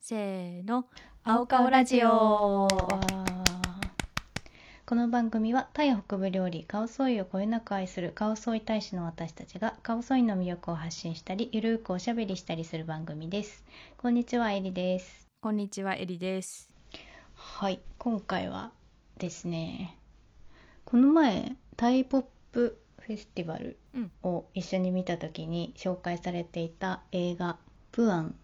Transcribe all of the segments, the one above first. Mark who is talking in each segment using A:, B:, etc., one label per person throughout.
A: せーの
B: 青顔ラジオ
A: 青顔ラ
B: わ
A: ジ
B: ーこの番組はタイ北部料理カオソイをこよなく愛するカオソイ大使の私たちがカオソイの魅力を発信したりゆるーくおしゃべりしたりする番組ですこんにちはえりです
A: こんにちはエリです
B: はい今回はですねこの前タイポップフェスティバル
A: うん
B: を一緒に見た時に紹介されていた映画「プアン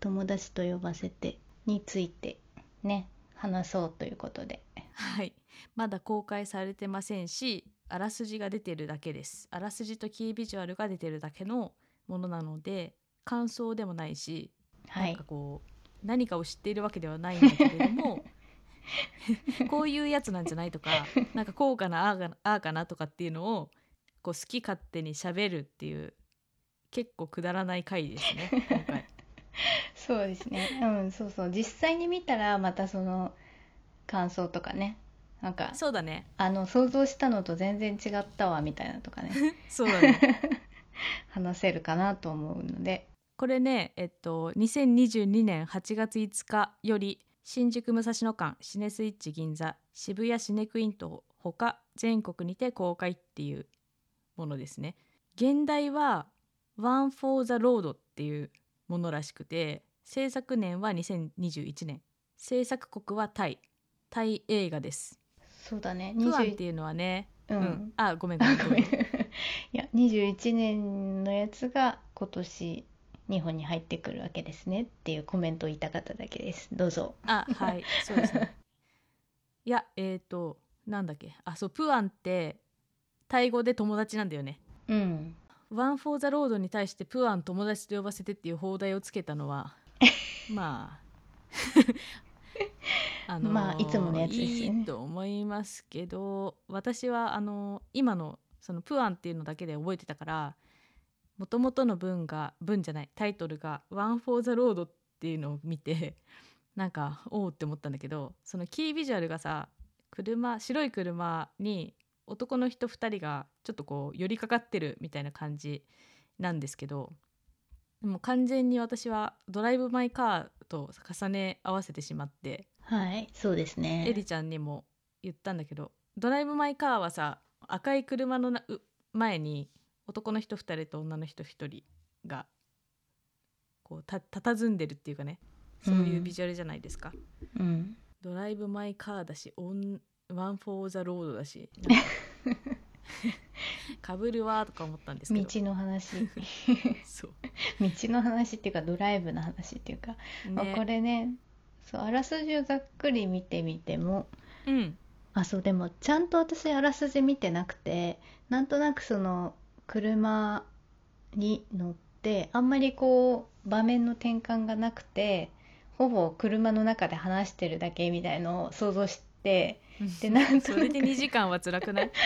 B: 友達と呼ばせて」についてね話そうということで
A: はいまだ公開されてませんしあらすじが出てるだけですあらすじとキービジュアルが出てるだけのものなので感想でもないし、
B: は
A: なん
B: い
A: かこう何かを知っているわけではないんだけれど もこういうやつなんじゃないとかなんかこうかなああかなああかなとかっていうのをこう好き勝手にしゃべるっていう結構くだらない回ですね今 回。
B: そうですねうんそうそう実際に見たらまたその感想とかねなんか
A: そうだね。
B: あの想像したのと全然違ったわみたいなとかね
A: そうだね。
B: 話せるかなと思うので
A: これね、えっと2022年8月5日より新宿武蔵野間シネスイッチ銀座渋谷シネクイントほか全国にて公開っていうものですね。現代は「One for the Road」っていうものらしくて制作年は2021年制作国はタイタイ映画です。
B: そうだね
A: プアンっ
B: 21
A: ていうのはね、
B: うん、
A: うん、あごめんごめ
B: あ
A: んご
B: ご
A: め
B: め
A: ん
B: ん いや21年のやつが今年日本に入ってくるわけですねっていうコメントを言いたかっただけですどうぞ
A: あはいそうですねいやえっ、となんだっけあそうプアンってタイ語で友達なんだよね
B: うん
A: ワン・フォー・ザ・ロードに対してプアン友達と呼ばせてっていう放題をつけたのは まあ あ
B: まあいつものやつですよね
A: いいと思いますけど私はあの今のそのプアンっていうのだけで覚えてたからもともとの文が文じゃないタイトルが「ワン・フォー・ザ・ロード」っていうのを見て なんかおおって思ったんだけどそのキービジュアルがさ車白い車に男の人2人がちょっとこう寄りかかってるみたいな感じなんですけどでも完全に私は「ドライブ・マイ・カー」と重ね合わせてしまって
B: はいそうです
A: エ
B: ね
A: リちゃんにも言ったんだけど「ドライブ・マイ・カー」はさ赤い車のなう前に男の人2人と女の人1人がこうた佇んでるっていうかねそういうビジュアルじゃないですか。
B: うん
A: ドライブ・マイ・カーだし、オンワン・フォー・ザ・ロードだ し、なんかかぶるわーとか思ったんですけ
B: 道
A: ど、
B: の話
A: そう
B: 道の話っていうかドライブの話っていうか、まあこ
A: ね、
B: れねそうあらすじをざっくり見てみても
A: うん、
B: あそうでもちゃんと私あらすじ見てなくてなんとなくその車に乗ってあんまりこう場面の転換がなくてほぼ車の中で話してるだけみたいのを想像してでなんと
A: そ
B: な
A: れ
B: く
A: で2時間は辛くない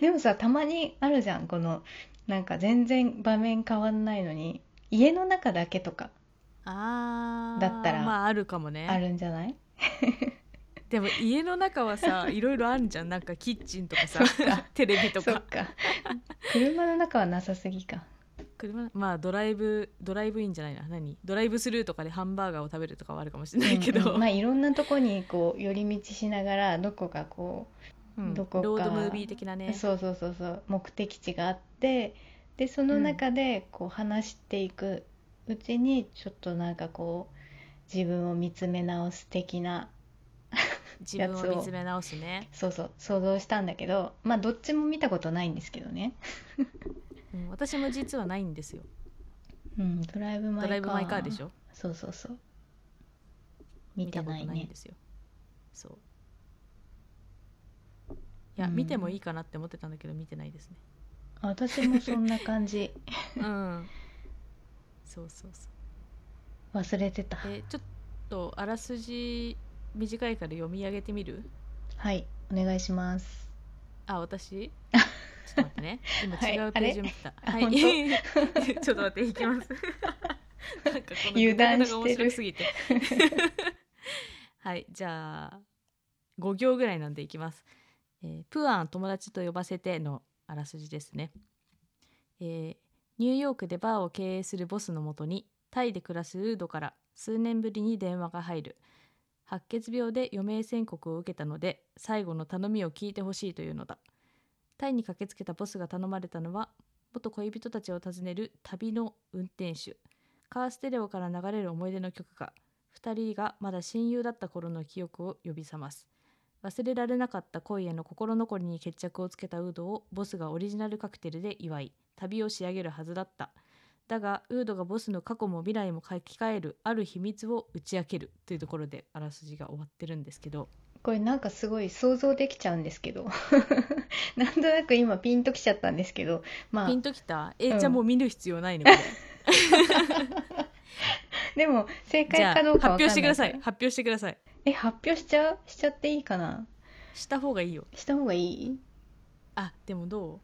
B: でもさたまにあるじゃんこのなんか全然場面変わんないのに家の中だけとか
A: あー
B: だったら
A: まああるかも
B: あ
A: ね。
B: るんじゃない
A: でも家の中は さ、いろいろあるじゃん、なんかキッチンとかさ、テレビと
B: そ
A: か
B: っ。か 車の中はなさすぎか
A: 車まあドライブドライブインじゃないな何ドライブスルーとかでハンバーガーを食べるとかはあるかもしれないけ
B: うん
A: ど、
B: うんまあいろんなとこにこう寄り道しながらどこかこ
A: うん
B: どこか
A: ロードムービー的な
B: う、
A: ね
B: そうそうそうそう目的地があってでその中でこう話していくうちにちょっとなんかこう自分を見つめ直す的な
A: 自分を見つめ直すね
B: そうそう想像したんだけどまあどっちも見たことないんですけどね、
A: うん、私も実はないんですよ。
B: うん、ドライブ・マ
A: ド
B: イ・カー
A: ライブ・マイ・カーでし
B: ょ
A: ょ
B: そうそうそう見て
A: たこと
B: ない
A: ないん
B: ね
A: ですよ。そう。いや、
B: うん
A: 見てもいいかなって思ってたんだけど見てないです ね。
B: 私もそんな感じ
A: うん。そうそうそ
B: 忘れてた
A: う。えちょっとあらすじ短いから読み上げてみる
B: はいお願いします
A: あ 私ちょっと待ってね。今
B: はい
A: 違うページを見てた。
B: あ
A: はい。
B: れ
A: ちょっと待って、い きます。なんかこの
B: 油断してる
A: グダグダが面白すぎて。 はい、じゃあ5行ぐらいなんでいきます。えープアン友達と呼ばせてのあらすじですね。えーニューヨークでバーを経営するボスのもとにタイで暮らすウードから数年ぶりに電話が入る白血病で余命宣告を受けたので最後の頼みを聞いてほしいというのだタイに駆けつけたボスが頼まれたのは元恋人たちを訪ねる旅の運転手カーステレオから流れる思い出の曲が2人がまだ親友だった頃の記憶を呼び覚ます忘れられなかった恋への心残りに決着をつけたウードをボスがオリジナルカクテルで祝い旅を仕上げるはずだっただがウードがボスの過去も未来も書き換えるある秘密を打ち明けるというところであらすじが終わってるんですけど
B: これなんかすごい想像できちゃうんですけど なんとなく今ピンときちゃったんですけどまあ
A: ピンときたえ、
B: うん
A: じゃあもう見る必要ないねこれ
B: でも正
A: じゃ
B: 解
A: あ
B: かどう
A: 発
B: かわかんない
A: 表してください
B: か
A: 発
B: ら
A: 表してください
B: え発表しちゃうしちゃっていいかな
A: した方がいいよ
B: した方がいい
A: あでも どう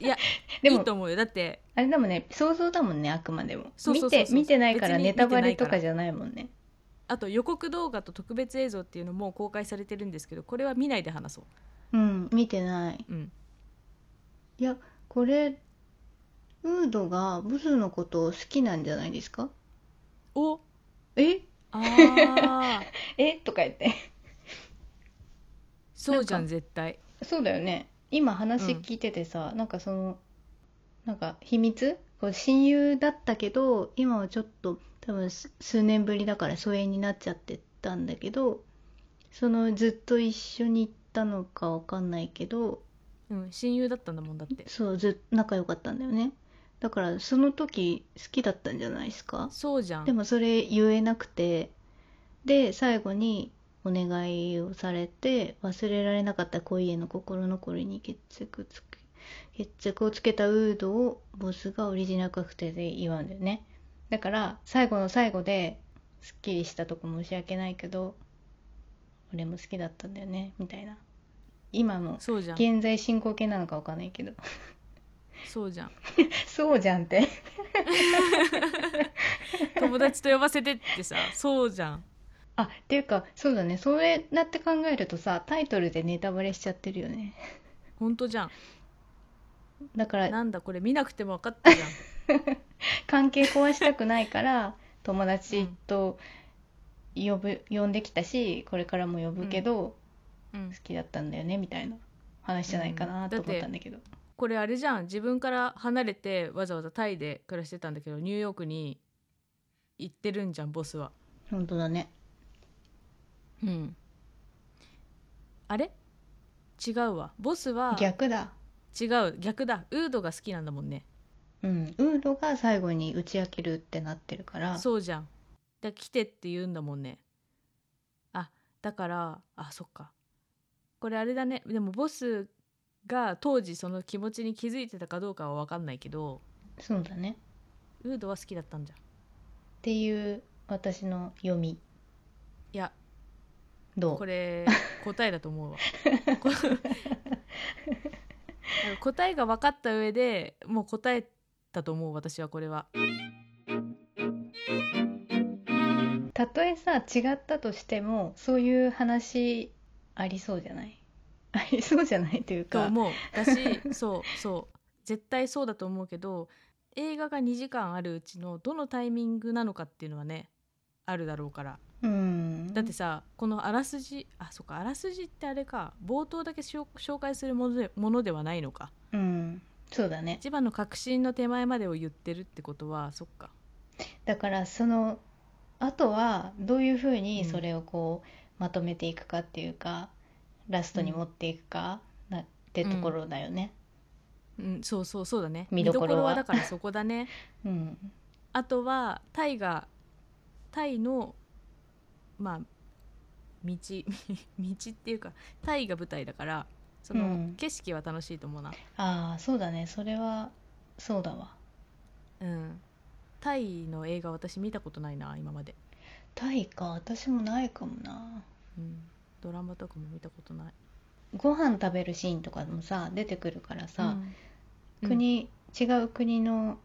B: で
A: い
B: も
A: いと思うよだって
B: あれだもんね想像だもんねあくまでも
A: そうそうそうそう
B: 見て見てないから
A: 別に
B: ネタバレと
A: 見てないか
B: か
A: ら
B: じゃないもんね
A: あと予告動画と特別映像っていうのも公開されてるんですけどこれは見ないで話そう
B: うん見てない
A: うん
B: いやこれウードがボスのことを好きなんじゃないですか
A: お
B: え
A: あー
B: えとか言って
A: そうじゃん絶対
B: そうだよね今話
A: うん
B: 聞いててさ、なんかそのなんか秘密こう親友だったけど今はちょっと多分す数年ぶりだから疎遠になっちゃってたんだけどそのずっと一緒に行ったのかわかんないけど
A: うん親友だったんだもんだって
B: そうず仲良かったんだよねだからその時好きだったんじゃないですか
A: そうじゃん
B: でもそれ言えなくてで最後にお願いをされて忘れられなかった恋への心残りに決着つけ決着をつけたウードをボスがオリジナルカクテルで祝うんだよねだから最後の最後ですっきりしたとこ申し訳ないけど俺も好きだったんだよねみたいな今も
A: そうじゃん
B: 現在進行形なのかわかんないけど
A: そうじゃん
B: そうじゃんって
A: 友達と呼ばせてってさ そうじゃん
B: あっていうかそうだねそれなって考えるとさタイトルでネタバレしちゃってるよね
A: ほんとじゃん
B: だから
A: なんだこれ見なくても分かったじゃん
B: 関係壊したくないから 友達と呼ぶ呼んできたしこれからも呼ぶけ
A: う
B: ど、
A: ん
B: 好きだったんだよねみたいな話じゃないかなと思ったんだけど、
A: これあれじゃん自分から離れてわざわざタイで暮らしてたんだけどニューヨークに行ってるんじゃんボスは
B: 本当だね
A: うんあれ違うわボスは違
B: 逆だ
A: う逆だウードが好きなんだもんね
B: うんウードが最後に打ち明けるってなってるから
A: そうじゃんだ来てって言うんだもんねあだからあそっかこれあれだねでもボスが当時その気持ちに気づいてたかどうかは分かんないけど
B: そうだね
A: ウードは好きだったんじゃん
B: っていう私の読み
A: いや
B: どう
A: これ答えだと思うわこ答えが分かった上でもう答えだと思う私はこれは
B: たとえさ違ったとしてもそういう話ありそうじゃない ありそうじゃないという
A: と
B: か
A: 思うだしそうそう絶対そうだと思うけど映画が2時間あるうちのどのタイミングなのかっていうのはねあるだろうから
B: うん
A: だってさこのあらすじあそっかあらすじってあれか冒頭だけしょ紹介するものでものではないのか
B: うんそうだね
A: 一番の確信の手前までを言ってるってことはそっか
B: だからそのあとはどういうふうに
A: うん
B: それをこう、まとめていくかっていうかラストに持っていくか、なってところだよね
A: うん、そうそうそうだね
B: 見どころは
A: だからそこだね
B: うん
A: あとはタイがタイのまあ道 道っていうかタイが舞台だからその、
B: うん
A: 景色は楽しいと思うな、
B: ああそうだねそれはそうだわ
A: うん、タイの映画私見たことないな今まで、
B: タイか私もないかもな
A: うん、ドラマとかも見たことない
B: ご飯食べるシーンとかもさ出てくるからさ、
A: うん
B: 国、違う国の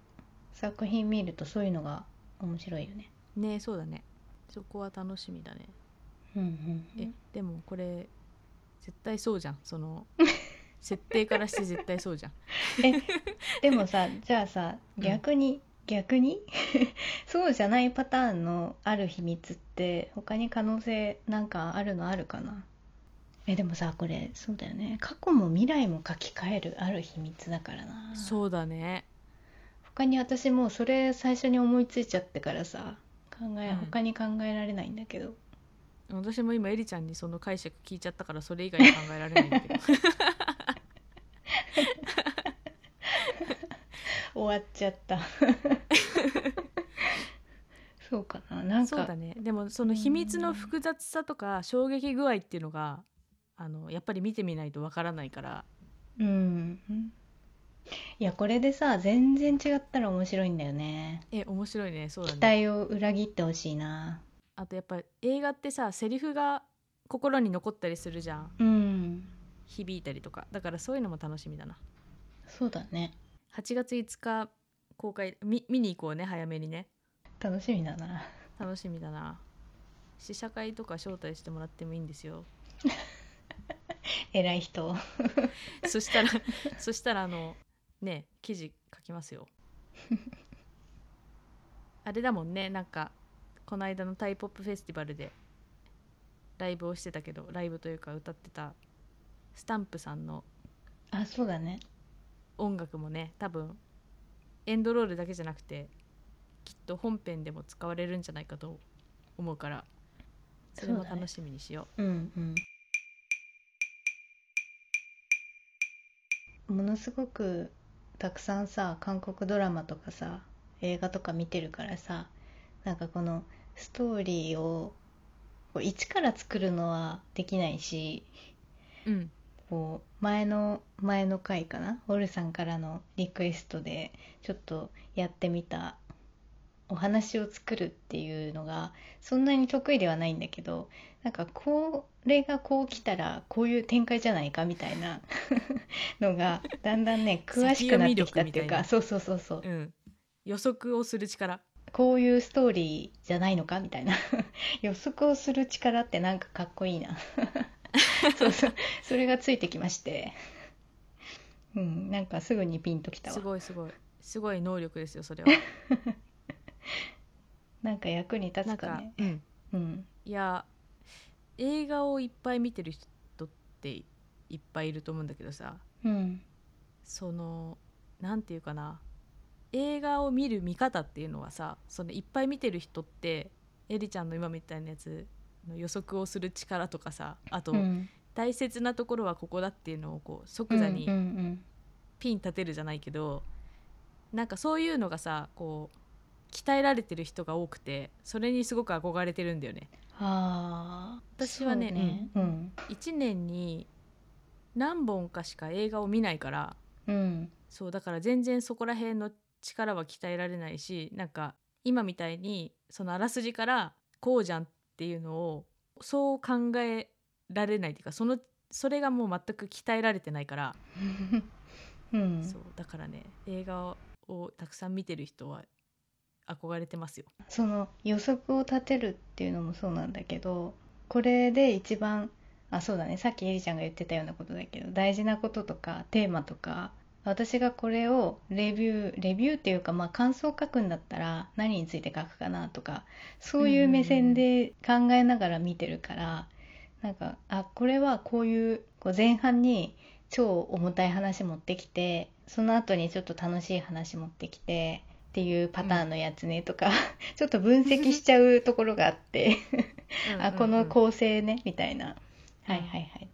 B: 作品見るとそういうのが面白いよね。
A: うんねそうだねそこは楽しみだね
B: うんうんう
A: え
B: ん、
A: でもこれ絶対そうじゃんそ の設定からして絶対そうじゃん
B: でもさ じゃあさ
A: うん
B: 逆に逆に そうじゃないパターンのある秘密って他に可能性なんかあるのあるかなえでもさこれそうだよね過去も未来も書き換えるある秘密だからな
A: そうだね
B: 他に私もうそれ最初に思いついちゃってからさ考え、
A: うん
B: 他に考えられないんだけど
A: 私も今エリちゃんにその解釈聞いちゃったからそれ以外考えられないんだけど
B: 終わっちゃった そうかな なん
A: そう
B: か
A: だねでもその秘密の複雑さとか衝撃具合っていうのがあのやっぱり見てみないとわからないから
B: うんいやこれでさ全然違ったら面白いんだよね
A: え面白いねそうだ
B: 期
A: ね
B: 待を裏切ってほしいな
A: あとやっぱ映画ってさセリフが心に残ったりするじゃん
B: うん
A: 響いたりとかだからそういうのも楽しみだな
B: そうだね
A: 8月5日公開見見に行こうね早めにね
B: 楽しみだな
A: 楽しみだな試写会とか招待してもらってもいいんですよ
B: 偉い人
A: そしたらそしたらあのね記事書き ますよあれだもんねなんかこの間のタイポップフェスティバルでライブをしてたけどライブというか歌ってたスタンプさんの
B: あそうだね
A: 音楽もね多分エンドロールだけじゃなくてきっと本編でも使われるんじゃないかと思うからそれも
B: そうだね
A: 楽しみにしよ
B: うんうんものすごくたくさんさ韓国ドラマとかさ映画とか見てるからさなんかこのストーリーをこう一から作るのはできないし
A: ううん
B: こう前の前の回かなウォルさんからのリクエストでちょっとやってみたお話を作るっていうのがそんなに得意ではないんだけどなんかこれがこう来たらこういう展開じゃないかみたいなのがだんだん ね詳しくなってきたっていうか
A: 先
B: そうそうそうそう
A: うん予測をする力
B: こういうストーリーじゃないのかみたいな 予測をする力ってなんかかっこい いなそうそうそれがついてきましてうんなんかすぐにピンときた
A: す
B: わ
A: ごいすごいすごい能力ですよそれは
B: なんか役に立
A: なん
B: つか
A: か
B: ね、
A: うん、
B: うん
A: いや映画をいっぱい見てる人っていっぱいいると思うんだけどさ
B: うん
A: そのなんていうかな映画を見る見方っていうのはさそのいっぱい見てる人ってエリちゃんの今みたいなやつの予測をする力とかさあと、
B: うん
A: 大切なところはここだっていうのをこう即座に
B: うんうん
A: ピン立てるじゃないけどなんかそういうのがさこう鍛えられてる人が多くてそれにすごく憧れてるんだよね。
B: うん、あー
A: 私はね
B: そううん
A: 1年に何本かしか映画を見ないから
B: うん
A: そうだから全然そこら辺の力は鍛えられないしなんか今みたいにそのあらすじからこうじゃんっていうのをそう考えられないっていうかそのそれがもう全く鍛えられてないから、
B: う ん
A: そうだからね映画をたくさん見てる人は憧れてますよ。
B: その予測を立てるっていうのもそうなんだけどこれで一番あそうだねさっきエリちゃんが言ってたようなことだけど大事なこととかテーマとか私がこれをレビューレビューっていうかまあ感想を書くんだったら何について書くかなとかそういう目線で考えながら見てるから、なんかあこれはこういうこう前半に超重たい話持ってきてその後にちょっと楽しい話持ってきてっていうパターンのやつねとか、ちょっと分析しちゃうところがあってあこの構成ねみたいな、
A: うん
B: はいはいはい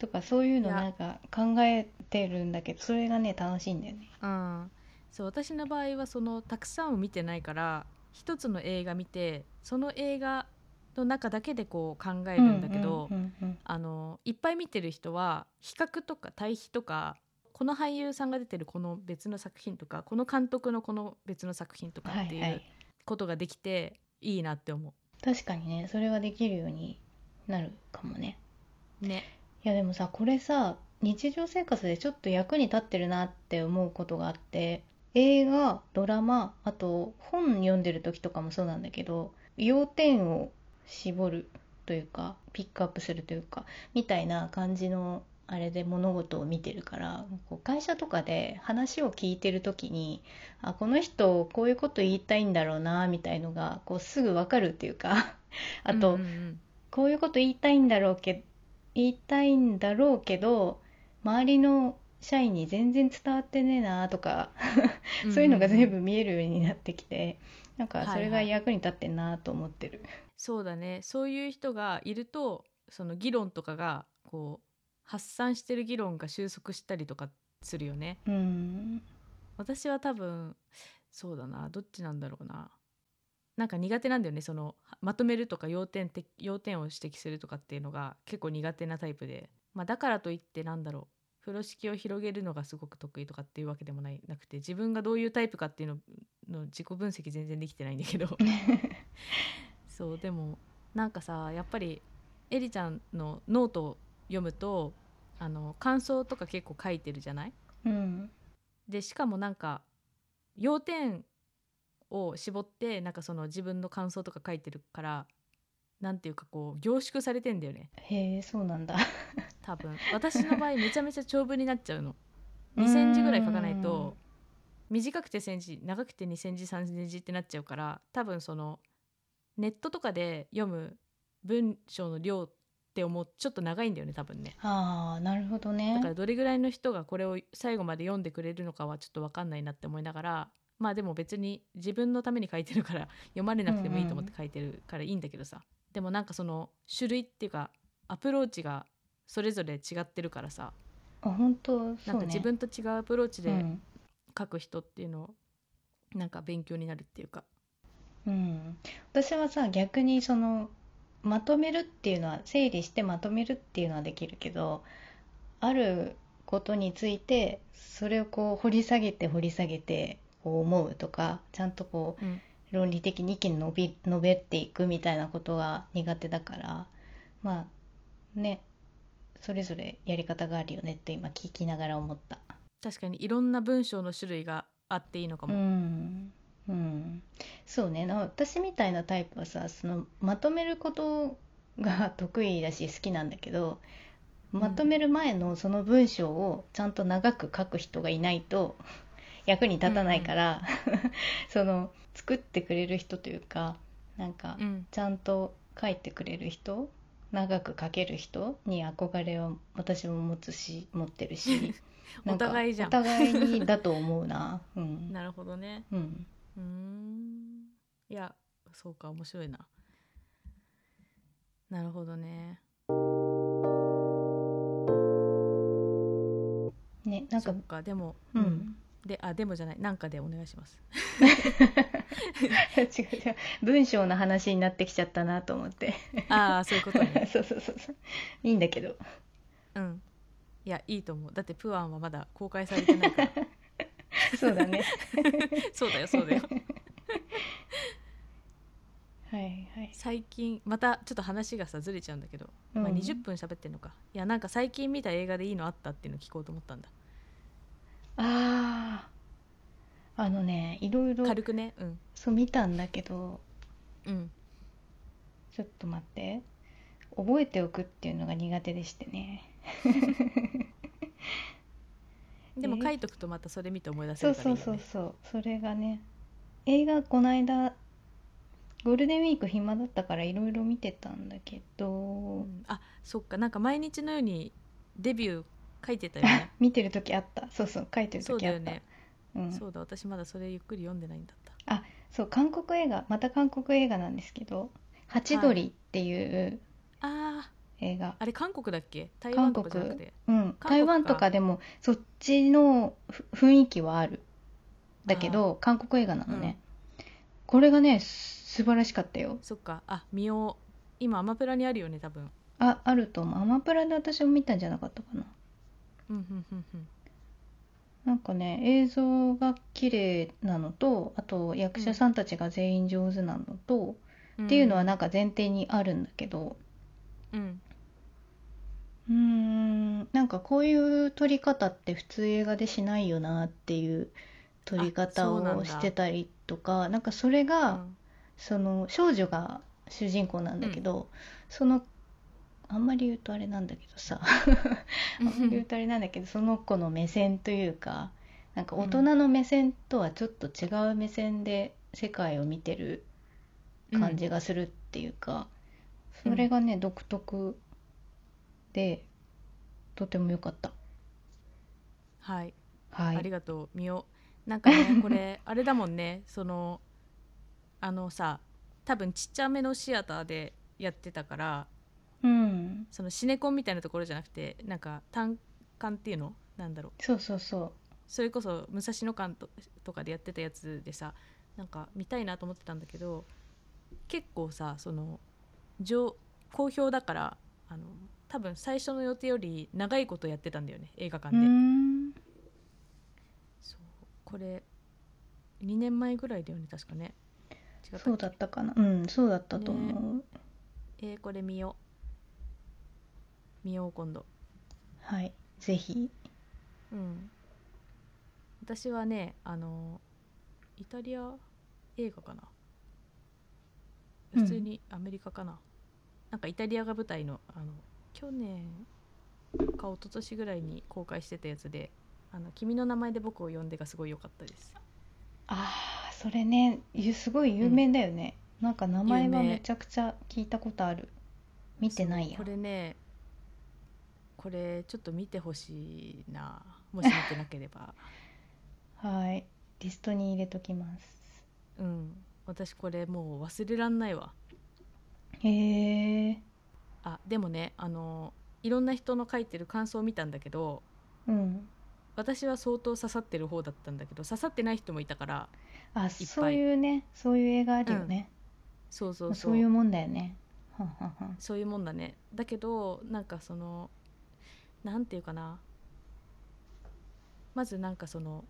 B: とかそういうの
A: いや
B: なんか考えてるんだけどそれがね楽しいんだよね
A: うん、そう私の場合はそのたくさんを見てないから一つの映画見てその映画の中だけでこう考えるんだけど、
B: うんうん
A: あのいっぱい見てる人は比較とか対比とかこの俳優さんが出てるこの別の作品とかこの監督のこの別の作品と
B: うん
A: か
B: は
A: って
B: い
A: い
B: は
A: う
B: い
A: ことができていいなって思
B: 確かにねそれはできるようになるかもね
A: う。ね、
B: いやでもさこれさ日常生活でちょっと役に立ってるなって思うことがあって映画ドラマあと本読んでる時とかもそうなんだけど要点を絞るというかピックアップするというかみたいな感じのあれで物事を見てるからこう会社とかで話を聞いてる時にあこの人こういうこと言いたいんだろうなみたいのがこうすぐ分かるっていうか あと、
A: うんうんうん
B: こういうこと言いたいんだろうけ言いたいんだろうけど周りの社員に全然伝わってねえなとか、そういうのが全部見えるようになってきてなんかそれが
A: はいはい
B: 役に立ってんなと思ってる。
A: そうだねそういう人がいるとその議論とかがこう発散してる議論が収束したりとかするよね
B: うん
A: 私は多分そうだなどっちなんだろうななんか苦手なんだよねそのまとめるとか要点て要点を指摘するとかっていうのが結構苦手なタイプで、まあ、だからといってなんだろう風呂敷を広げるのがすごく得意とかっていうわけでもないなくて自分がどういうタイプかっていうのの自己分析全然できてないんだけどそうでもなんかさやっぱりエリちゃんのノートを読むとあの感想とか結構書いてるじゃない
B: うん
A: でしかもなんか要点を絞ってなんかその自分の感想とか書いてるからなんていうかこう凝縮されてんだよね
B: へえそうなんだ。
A: 多分私の場合めちゃめちゃ長文になっちゃうの2センチぐらい書かないと短くてセンチ長くて2センチ3センチってなっちゃうから多分そのネットとかで読む文章の量って思うちょっと長いんだよね多分ね
B: ああなるほどね
A: だからどれぐらいの人がこれを最後まで読んでくれるのかはちょっと分かんないなって思いながらまあでも別に自分のために書いてるから読まれなくてもいいと思って書いてるからいいんだけどさ、でもなんかその種類っていうかアプローチがそれぞれ違ってるからさ、
B: あ本当
A: な
B: そ
A: ん
B: う
A: か
B: ね
A: 自分と違うアプローチ
B: う
A: で
B: ん
A: 書く人っていうのをなんか勉強になるっていうか、
B: うん、私はさ逆にそのまとめるっていうのは整理してまとめるっていうのはできるけどあることについてそれをこう掘り下げて掘り下げてこう思うとかちゃんとこ
A: うん
B: う論理的に意見述べ述べていくみたいなことが苦手だからまあねそれぞれやり方があるよねって今聞きながら思った。
A: 確かにいろんな文章の種類があっていいのか
B: う
A: も、
B: ん、うん、そうねな私みたいなタイプはさそのまとめることが得意だし好きなんだけど
A: うん
B: まとめる前のその文章をちゃんと長く書く人がいないと役に立たないから、 その作ってくれる人というかなんか
A: うん
B: ちゃんと書いてくれる人長く書ける人に憧れを私も持つし持ってるしなん か
A: お互いじゃん
B: お互いにだと思うな。うん
A: なるほどね
B: うん、
A: うーんいやそうか面白いななるほどね
B: ね、なん
A: そ
B: か、
A: っかでも
B: う
A: うん
B: ん、
A: であでもじゃないなんかでお願いします
B: 違う違う、文章の話になってきちゃったなと思って。
A: ああそういうことね
B: そうそうそうそう、いいんだけど。
A: うんいやいいと思うだってプアンはまだ公開されてない から
B: そう だね。
A: そうだよそうだよ
B: はいはい。
A: 最近またちょっと話がさずれちゃうんだけど、まあ、
B: うん
A: 20分喋ってんのかいやなんか最近見た映画でいいのあったっていうの聞こうと思ったんだ
B: ああ、あのね、いろいろ、
A: 軽くねうん
B: そう見たんだけど、
A: うん
B: ちょっと待って。覚えておくっていうのが苦手でしてね。
A: でも
B: えー
A: 書いとくとまたそれ見て思い出せ
B: そう
A: るから
B: そ
A: いういよ
B: そう
A: ね
B: そう、それがね。映画この間。ゴールデンウィーク暇だったからいろいろ見てたんだけど、
A: うんあそっかなんか毎日のようにデビュー書いてたよ ね
B: 見てる時あったそうそう書いてる
A: そう
B: 時
A: だ
B: あ
A: よ
B: った
A: ね、
B: うん、そ
A: そううだ私まだそれゆっくり読んでないんだった
B: 韓国映画また韓国映画なんですけど「ハチドリ」っていう
A: あ
B: 映画、
A: ーあれ韓国だっけ台湾とかじゃなくて
B: うん、
A: か
B: 台湾とかでもそっちのふ雰囲気はあるだけど韓国映画なのね、これがねす素晴らしかったよ
A: そっかあ見よう今アマプラにあるよね多分
B: ああると思うアマプラで私も見たんじゃなかったかな
A: うんうんうんうん
B: なんかね映像が綺麗なのとあと役者さんたちが全員上手なのと、
A: うん
B: っていうのはなんか前提にあるんだけど、
A: うん
B: うーんなんかこういう撮り方って普通映画でしないよなっていう撮り
A: あ
B: 方
A: そうなん
B: を
A: だ
B: してたりとかなんかそれ
A: う
B: が、
A: ん
B: その少女が主人公なんだけど、そのあんまり言うとあれなんだけどさ言うとあれなんだけどその子の目線というかなんか大人の目線とはちょっと違う目線で世界を見てる感じがするっていうか、
A: うん
B: それがね独特でとても良かった。
A: はい
B: は
A: あり
B: い、
A: がとうみよなんかねこ れあれだもんねそのあのさ多分ちっちゃめのシアターでやってたから
B: うん、
A: そのシネコンみたいなところじゃなくてなんか単館っていうのなんだろう
B: そうそうそう
A: それこそ武蔵野館ととかでやってたやつでさなんか見たいなと思ってたんだけど結構さその上好評だからあの多分最初の予定より長いことやってたんだよね映画館
B: うー
A: で。
B: ん
A: そうこれ2年前ぐらいだよね確かね違ったっけ
B: そうだったかなうんそうだったと思う、
A: えーこれ見よう見よう今度
B: はいぜひ
A: うん私はねあのイタリア映画かな
B: うん
A: 普通にアメリカかな、なんかイタリアが舞台のあの去年か一昨年ぐらいに公開してたやつで「あの君の名前で僕を呼んで」がすごい良かったです
B: ああそれねゆすごい有名だよね、なんか名前
A: 有
B: は
A: 名
B: めちゃくちゃ聞いたことある見てないや
A: そうこれねこれちょっと見てほしいなもし見てなけれ ば
B: はいリストに入れときます
A: うん私これもう忘れらんないわ
B: へえ
A: あでもねあのいろんな人の書いてる感想を見たんだけど
B: うん
A: 私は相当刺さってる方だったんだけど刺さってない人もいたから
B: あそういうねそういう映画あるよね、
A: そうそ
B: ま
A: う
B: あ
A: そ
B: そうういうもんだよねはんはんはん
A: そういうもんだねだけどなんかそのなんていうかなまずなんかその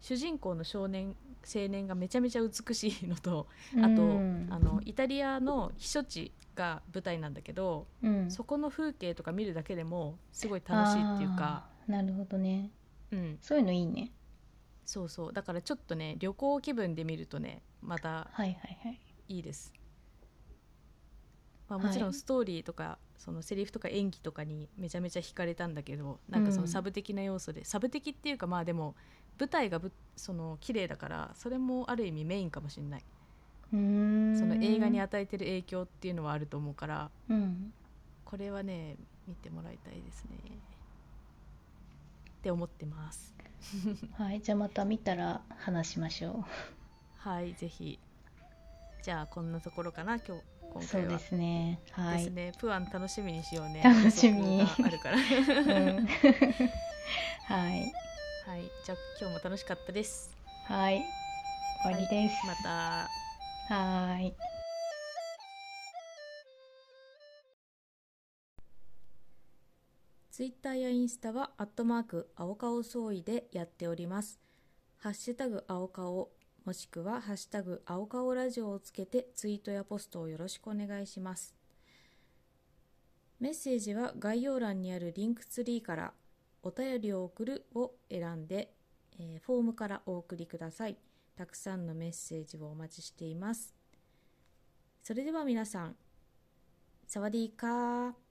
A: 主人公の少年青年がめちゃめちゃ美しいのとあと、
B: うん
A: あのイタリアの避暑地が舞台なんだけど、
B: うん
A: そこの風景とか見るだけでもすごい楽しいっていうか、
B: あーなるほどね
A: うん、
B: そういうのいいね
A: そうそうだからちょっとね旅行気分で見るとねまた
B: はいはいはい
A: いいです、まあ、
B: はい
A: もちろんストーリーとか、そのセリフとか演技とかにめちゃめちゃ惹かれたんだけどなんかそうの
B: ん
A: サブ的な要素で、サブ的っていうかまあでも舞台がぶその綺麗だからそれもある意味メインかもしれないう
B: ーん
A: その映画に与えてる影響っていうのはあると思うから、
B: うん
A: これはね見てもらいたいですねって思ってます
B: はいじゃあまた見たら話しましょ
A: はいぜひじゃあこんなところかな今日
B: う
A: 今
B: そう
A: 回は
B: ですねは
A: です
B: い、
A: ねプアン楽しみにしようね
B: 楽しみ
A: 予測があるから
B: うん はい
A: はいじゃあ今日も楽しかったです
B: はい終わりです、
A: また
B: はーい
A: ツイッターやインスタは、アットマーク、青顔総意でやっております。ハッシュタグ、青顔、もしくは、ハッシュタグ、青顔ラジオをつけて、ツイートやポストをよろしくお願いします。メッセージは、概要欄にあるリンクツリーから、お便りを送るを選んで、えーフォームからお送りください。たくさんのメッセージをお待ちしています。それでは皆さん、サワディーカー。